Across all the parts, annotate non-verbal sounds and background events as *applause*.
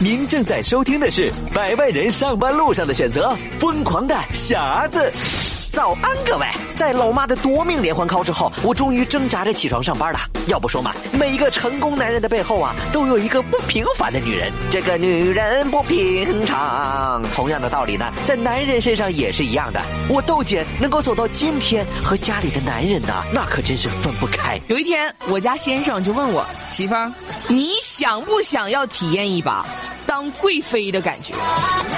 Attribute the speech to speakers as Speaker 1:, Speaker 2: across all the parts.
Speaker 1: 您正在收听的是《百万人上班路上的选择》，疯狂的匣子。
Speaker 2: 早安，各位！在老妈的夺命连环 call 之后，我终于挣扎着起床上班了。要不说嘛，每一个成功男人的背后啊，都有一个不平凡的女人。这个女人不平常。同样的道理呢，在男人身上也是一样的。我豆姐能够走到今天，和家里的男人呢，那可真是分不开。
Speaker 3: 哎有一天，我家先生就问我媳妇儿：“你想不想要体验一把当贵妃的感觉？”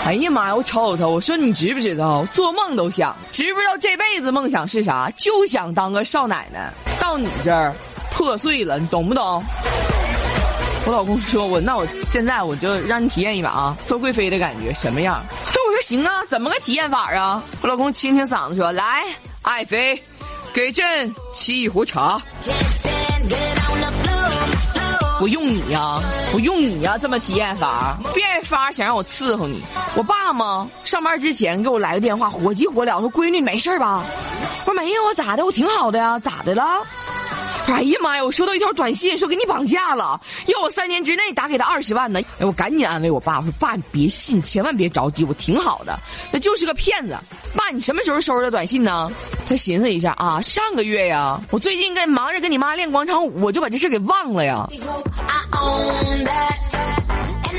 Speaker 3: 哎呀妈呀！我瞅瞅他，我说你知不知道，做梦都想，知不知道这辈子梦想是啥？就想当个少奶奶。到你这儿破碎了，你懂不懂？我老公说我那我现在我就让你体验一把啊，做贵妃的感觉什么样？对，我说行啊，怎么个体验法啊？我老公清清嗓子说：“来，爱妃，给朕沏一壶茶。”不用你呀、不用你呀、这么体验法，变法想让我伺候你。我爸嘛，上班之前给我来个电话，火急火燎说：“闺女，你没事吧？”我说：“没有啊，咋的？我挺好的呀，咋的了？”哎呀妈呀！我收到一条短信，说给你绑架了，要我三年之内打给他二十万呢。哎，我赶紧安慰我爸，我说爸，你别信，千万别着急，我挺好的，那就是个骗子。爸，你什么时候收着的短信呢？他寻思一下啊，上个月呀，我最近跟忙着跟你妈练广场舞，我就把这事给忘了呀。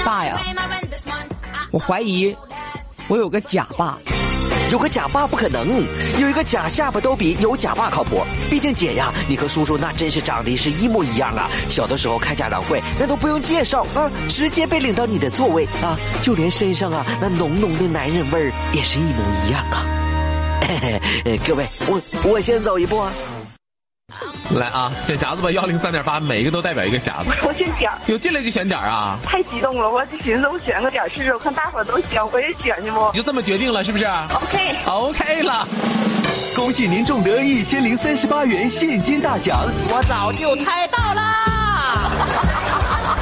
Speaker 4: 爸呀！
Speaker 3: 我怀疑我有个假爸。
Speaker 2: 有个假爸不可能，有一个假下巴都比有假爸靠谱。毕竟姐呀，你和叔叔那真是长得是一模一样啊！小的时候开家长会，那都不用介绍啊，直接被领到你的座位啊，就连身上啊那浓浓的男人味儿也是一模一样啊。 *laughs* 嘿嘿，各位，我我先走一步啊。
Speaker 5: 来啊，选匣子吧，幺零三点八，每一个都代表一个匣子。
Speaker 6: 我选点儿，
Speaker 5: 有进来就选点儿啊，
Speaker 6: 太激动了，我就寻思我选个点儿试试，我看大伙儿都选，我也选去不
Speaker 5: 你就这么决定了是不是
Speaker 6: ？OK。
Speaker 5: ？OK 了。
Speaker 1: 恭喜您中得一千零三十八元现金大奖！
Speaker 7: 我早就猜到啦。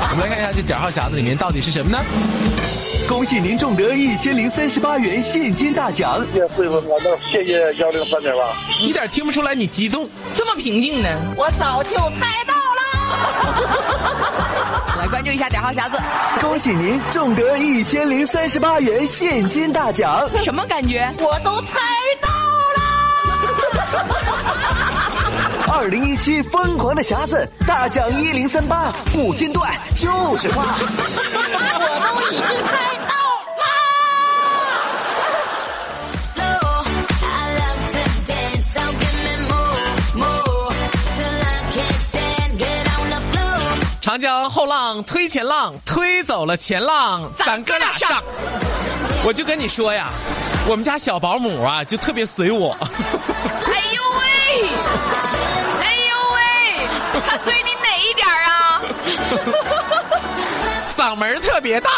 Speaker 5: *laughs* 我们来看一下这点号匣子里面到底是什么呢？
Speaker 1: 恭喜您中得一千零三十八元现金大奖！
Speaker 8: 谢谢慧文老豆，谢谢幺零三点八。
Speaker 5: 一点听不出来你激动。
Speaker 3: 这么平静呢？
Speaker 7: 我早就猜到啦！
Speaker 3: 来关注一下点号匣 *laughs* 子，
Speaker 1: 恭喜您中得一千零三十八元现金大奖！
Speaker 3: 什么感觉？
Speaker 7: 我都猜到啦！
Speaker 1: 二零一七疯狂的匣子大奖一零三八，不间断就是发。
Speaker 7: 我都已经猜到啦！
Speaker 9: 长江后浪推前浪，推走了前浪，咱哥俩上。我就跟你说呀，我们家小保姆啊，就特别随我。
Speaker 3: 哎呦喂！哎呦喂！他随你哪一点儿啊？
Speaker 9: 嗓门儿特别大。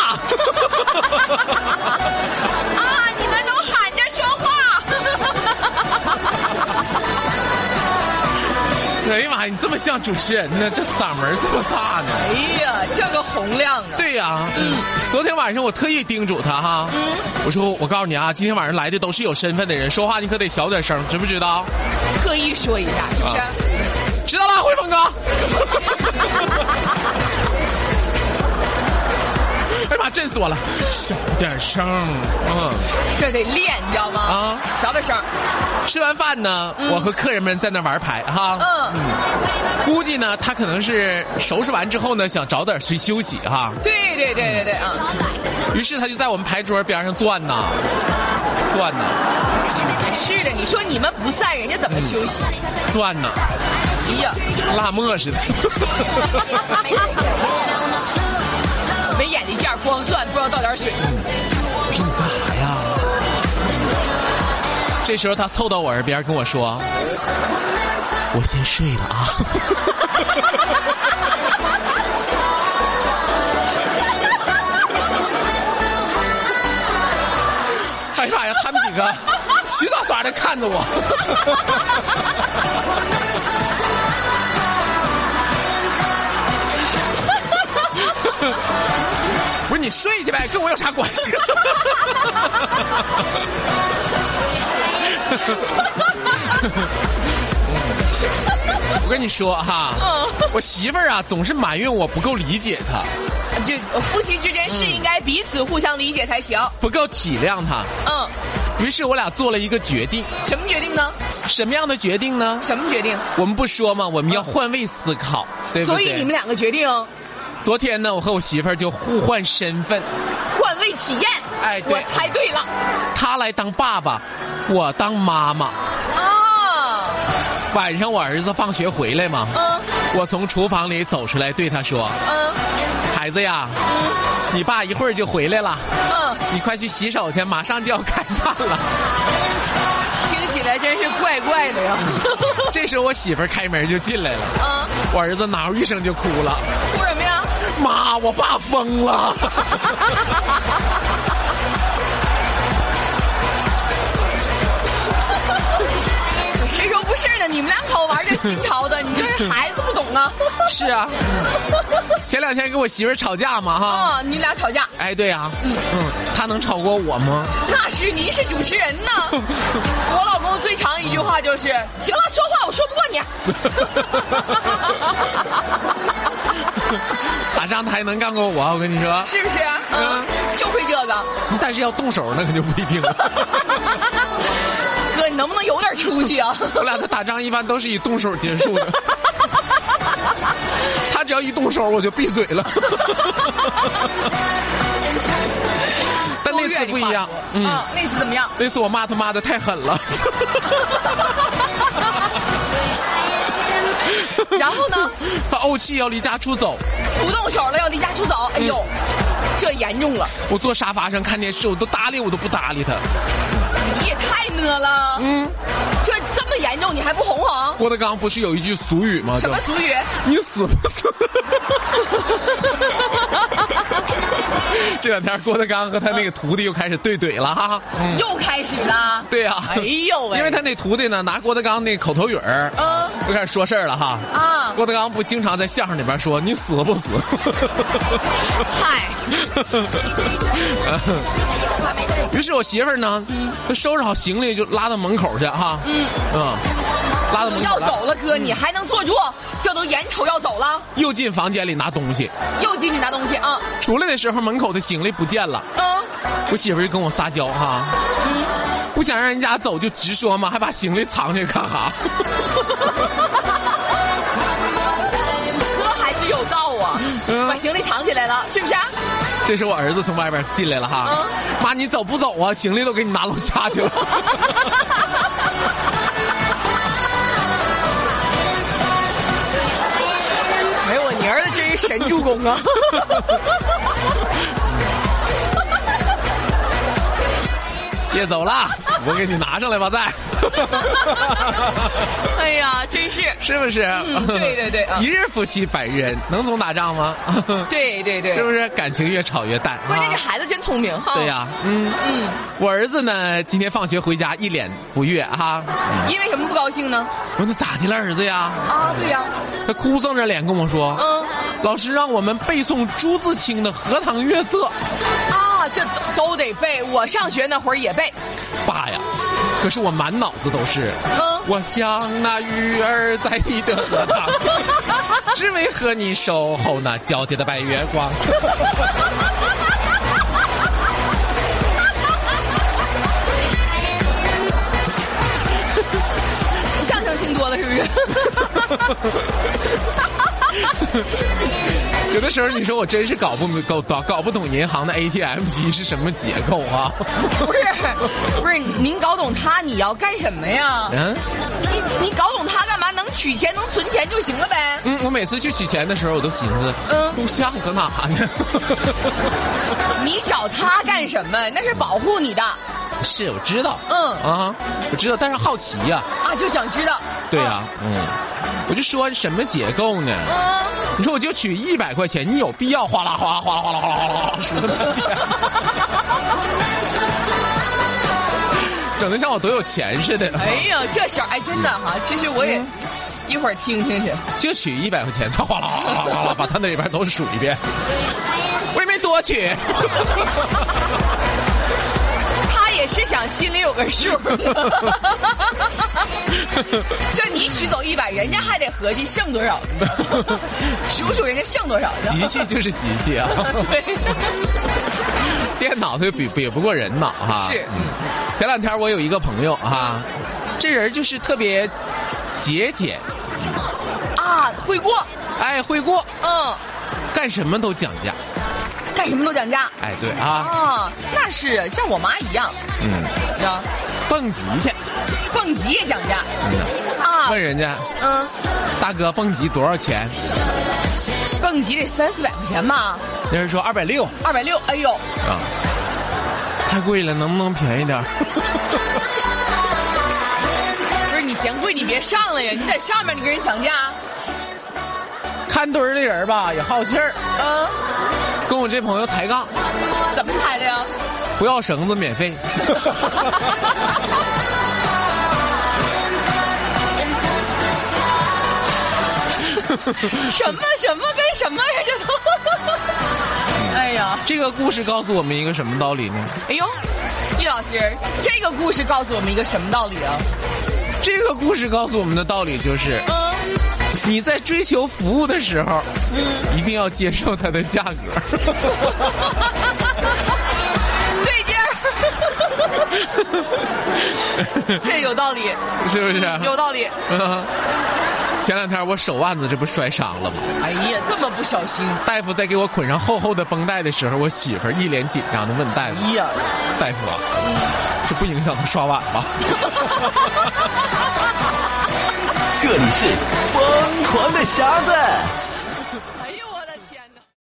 Speaker 3: 啊，你们都喊着说话。
Speaker 9: 哎呀妈呀，你这么像主持人呢？这嗓门儿这么大呢？
Speaker 3: *laughs* 哎呀，这个洪亮啊！
Speaker 9: 对呀、嗯，昨天晚上我特意叮嘱他哈，我说我告诉你啊，今天晚上来的都是有身份的人，说话你可得小点声，知不知道？
Speaker 3: 特意说一下，是不是？
Speaker 9: 知道了，辉鹏哥。 *laughs* 哎呀妈，震死我了！小点声，嗯，
Speaker 3: 这得练，你知道吗？
Speaker 9: 啊
Speaker 3: 小点声。
Speaker 9: 吃完饭呢，我和客人们在那玩牌哈，
Speaker 3: 嗯，
Speaker 9: 估计呢他可能是收拾完之后呢想找点休休息哈，
Speaker 3: 对对对对对啊！
Speaker 9: 于是他就在我们牌桌边上转呐，转呐。
Speaker 3: 是的，你说你们不散，人家怎么休息？
Speaker 9: 钻呐，
Speaker 3: 哎呀，
Speaker 9: 辣沫似的。
Speaker 3: 没眼力见儿，光转不知道倒点水。
Speaker 9: 我说你干啥呀？这时候他凑到我耳边跟我说：“我先睡了啊。”哎呀妈呀！他们几个齐刷刷的看着我。 *laughs* 不是你睡去呗，跟我有啥关系？
Speaker 3: 嗯
Speaker 9: 我跟你说哈，我媳妇儿啊总是埋怨我不够理解她，
Speaker 3: 就夫妻之间是应该彼此互相理解才行。
Speaker 9: 不够体谅他。
Speaker 3: 嗯，
Speaker 9: 于是我俩做了一个决定，
Speaker 3: 什么决定呢？
Speaker 9: 什么样的决定呢？
Speaker 3: 什么决定？
Speaker 9: 我们不说嘛，我们要换位思考，对不
Speaker 3: 嗯所
Speaker 9: 对？
Speaker 3: 以你们两个决定
Speaker 9: 昨天呢，我和我媳妇儿就互换身份，
Speaker 3: 换位体验。
Speaker 9: 哎对
Speaker 3: 我猜对了
Speaker 9: 她来当爸爸，我当妈妈。
Speaker 3: 啊，
Speaker 9: 晚上我儿子放学回来嘛，
Speaker 3: 嗯
Speaker 9: 我从厨房里走出来，对他说
Speaker 3: 嗯：“
Speaker 9: 孩子呀，你爸一会儿就回来了，
Speaker 3: 嗯，
Speaker 9: 你快去洗手去，马上就要开饭了。
Speaker 3: 听起来真是怪怪的呀。”
Speaker 9: *laughs* 这时候我媳妇儿开门就进来了，
Speaker 3: 嗯，
Speaker 9: 我儿子嗷一声就哭了
Speaker 3: 哭什么呀？：“
Speaker 9: 妈，我爸疯了！”
Speaker 3: 谁说不是呢？你们俩好玩就新潮的，你这孩子不懂啊。
Speaker 9: *laughs* 是啊， *laughs* 前两天跟我媳妇儿吵架嘛哈。
Speaker 3: 啊，你俩吵架，
Speaker 9: 哎，对啊，嗯他能超过我吗？
Speaker 3: 那是你是主持人呢。我老公最长一句话就是：“行了，说话我说不过你。
Speaker 9: 打仗他还能干过我，我跟你说”，
Speaker 3: 是不是？嗯，就会这个。
Speaker 9: 但是要动手那可就不一定了。
Speaker 3: 哥，你能不能有点出息啊？
Speaker 9: 我俩的打仗一般都是以动手结束的， *laughs* 他只要一动手我就闭嘴了。 *laughs* 但那次不一样，
Speaker 3: 嗯
Speaker 9: 嗯，，
Speaker 3: 那次怎么样？
Speaker 9: 那次我骂他妈的太狠了，
Speaker 3: 然后呢，
Speaker 9: 他怄气要离家出走。
Speaker 3: 不动手了，要离家出走。哎呦，这严重了，
Speaker 9: 我坐沙发上看电视，我都搭理我都不搭理他。
Speaker 3: 你也太讷了。嗯，这这么严重，你还不哄哄？
Speaker 9: 郭德纲不是有一句俗语吗？
Speaker 3: 什
Speaker 9: 叫
Speaker 3: 么俗语？
Speaker 9: 你死不死？ *laughs* 这两天郭德纲和他那个徒弟又开始对怼了哈。嗯，
Speaker 3: 又开始了。
Speaker 9: 对呀、
Speaker 3: 哎呦喂！
Speaker 9: 因为他那徒弟呢拿郭德纲那口头语儿，
Speaker 3: 嗯
Speaker 9: 就开始说事儿了哈。
Speaker 3: 啊
Speaker 9: 郭德纲不经常在相声里边说你死不死？ *laughs*
Speaker 3: 嗨，
Speaker 9: 于是我媳妇儿呢，就收拾好行李就拉到门口去哈。嗯拉到门口
Speaker 3: 要
Speaker 9: 了，
Speaker 3: 走了，哥，你还能坐住？这都眼瞅要走了，
Speaker 9: 又进房间里拿东西。
Speaker 3: 又进去拿东西啊！
Speaker 9: 出来的时候门口的行李不见了。
Speaker 3: 嗯，
Speaker 9: 我媳妇儿就跟我撒娇哈、不想让人家走就直说嘛，还把行李藏起来干哈？ *laughs*
Speaker 3: 哥还是有道啊，把行李藏起来了，是不是？啊
Speaker 9: 这时我儿子从外边进来了哈，
Speaker 3: 嗯
Speaker 9: 妈你走不走啊？行李都给你拿楼下去了。
Speaker 3: *laughs* 哎呦，我你儿子真是神助攻啊！
Speaker 9: 别走了，我给你拿上来吧，再。
Speaker 3: 哎呀，真是，
Speaker 9: 是不是？
Speaker 3: 对对对啊
Speaker 9: 一日夫妻百日恩，能总打仗吗？
Speaker 3: 对对对，
Speaker 9: 是不是感情越吵越淡？
Speaker 3: 关键
Speaker 9: 啊
Speaker 3: 这孩子真聪明哈。
Speaker 9: 对呀、嗯嗯，我儿子呢，今天放学回家一脸不悦哈，
Speaker 3: 因为什么不高兴呢？
Speaker 9: 我说那咋的了，儿子呀？
Speaker 3: 啊，对呀，
Speaker 9: 他哭丧着脸跟我说，
Speaker 3: 嗯
Speaker 9: 老师让我们背诵朱自清的《荷塘月色》。
Speaker 3: 啊，这都都得背，我上学那会儿也背。
Speaker 9: 爸呀，可是我满脑子都是，
Speaker 3: 嗯，
Speaker 9: 我像那鱼儿在你的荷塘， *laughs* 只为和你守候那皎洁的白月光。
Speaker 3: 相声听多了是 *laughs* 不是？
Speaker 9: 有的时候你说我真是搞不明搞搞搞不懂银行的 ATM 机是什么结构啊？
Speaker 3: 不是，不是，您搞懂他，你要干什么呀？
Speaker 9: 嗯
Speaker 3: 你你搞懂他干嘛？能取钱，能存钱就行了呗。
Speaker 9: 嗯，我每次去取钱的时候，我都寻思，
Speaker 3: 嗯
Speaker 9: 录像搁哪呢？ *laughs*
Speaker 3: 你找他干什么？那是保护你的啊，
Speaker 9: 是，我知道，
Speaker 3: 嗯
Speaker 9: 啊，我知道，但是好奇呀、
Speaker 3: 就想知道。
Speaker 9: 对呀、嗯，我就说什么结构呢？
Speaker 3: 嗯
Speaker 9: 你说我就取一百块钱，你有必要哗啦哗啦哗啦哗啦哗啦哗啦哗啦数那么半天，整的像我多有钱似的。
Speaker 3: 哎呀，这小哎，真的哈，其实我也、一会儿听听去。
Speaker 9: 就取一百块钱，他哗啦哗啦哗啦哗啦，把他那里边都数一遍。我也没多取，
Speaker 3: 他也是是想心里有个数。 *laughs* 这你取走一百，人家还得合计剩多少，数数人家剩多少。
Speaker 9: 机器就是机器啊，
Speaker 3: 对，
Speaker 9: 电脑它比比不过人脑哈。
Speaker 3: 是
Speaker 9: 嗯前两天我有一个朋友哈，这人就是特别节俭，
Speaker 3: 啊，会过，
Speaker 9: 哎，会过，
Speaker 3: 嗯，
Speaker 9: 干什么都讲价，
Speaker 3: 干什么都讲价
Speaker 9: 哎，对啊，
Speaker 3: 啊，那是像我妈一样，
Speaker 9: 嗯，
Speaker 3: 你知道，
Speaker 9: 蹦极去，
Speaker 3: 蹦极也讲价
Speaker 9: 嗯
Speaker 3: 啊
Speaker 9: 问，人家
Speaker 3: 嗯，
Speaker 9: 大哥蹦极多少钱？
Speaker 3: 蹦极得三四百块钱吧，
Speaker 9: 那人说二百六
Speaker 3: 二百六，哎呦，
Speaker 9: 啊，太贵了，能不能便宜点儿？ *laughs*
Speaker 3: 不是你嫌贵，你别上来呀！你在上面你跟人讲价，
Speaker 9: 看堆儿的人吧也好气儿，
Speaker 3: 嗯，
Speaker 9: 跟我这朋友抬杠，
Speaker 3: 怎么抬的呀？
Speaker 9: 不要绳子免费。
Speaker 3: 什么什么跟什么呀？这都， *laughs* 哎呀，
Speaker 9: 这个故事告诉我们一个什么道理呢？
Speaker 3: 哎呦，易老师，这个故事告诉我们一个什么道理啊？ *laughs*
Speaker 9: 这个故事告诉我们的道理就是，
Speaker 3: 嗯，
Speaker 9: 你在追求服务的时候，
Speaker 3: 嗯
Speaker 9: 一定要接受它的价格。 *laughs*
Speaker 3: 对劲儿，这有道理，
Speaker 9: 是不是？啊
Speaker 3: 有道理。
Speaker 9: 嗯 *laughs* 前两天我手腕子这不摔伤了吗？
Speaker 3: 哎呀，这么不小心，
Speaker 9: 大夫在给我捆上厚厚的绷带的时候，我媳妇儿一脸紧张的问大夫
Speaker 3: 哎呀，：“
Speaker 9: 大夫啊，这不影响他刷碗吧
Speaker 2: 这里是疯狂的匣子。
Speaker 3: 哎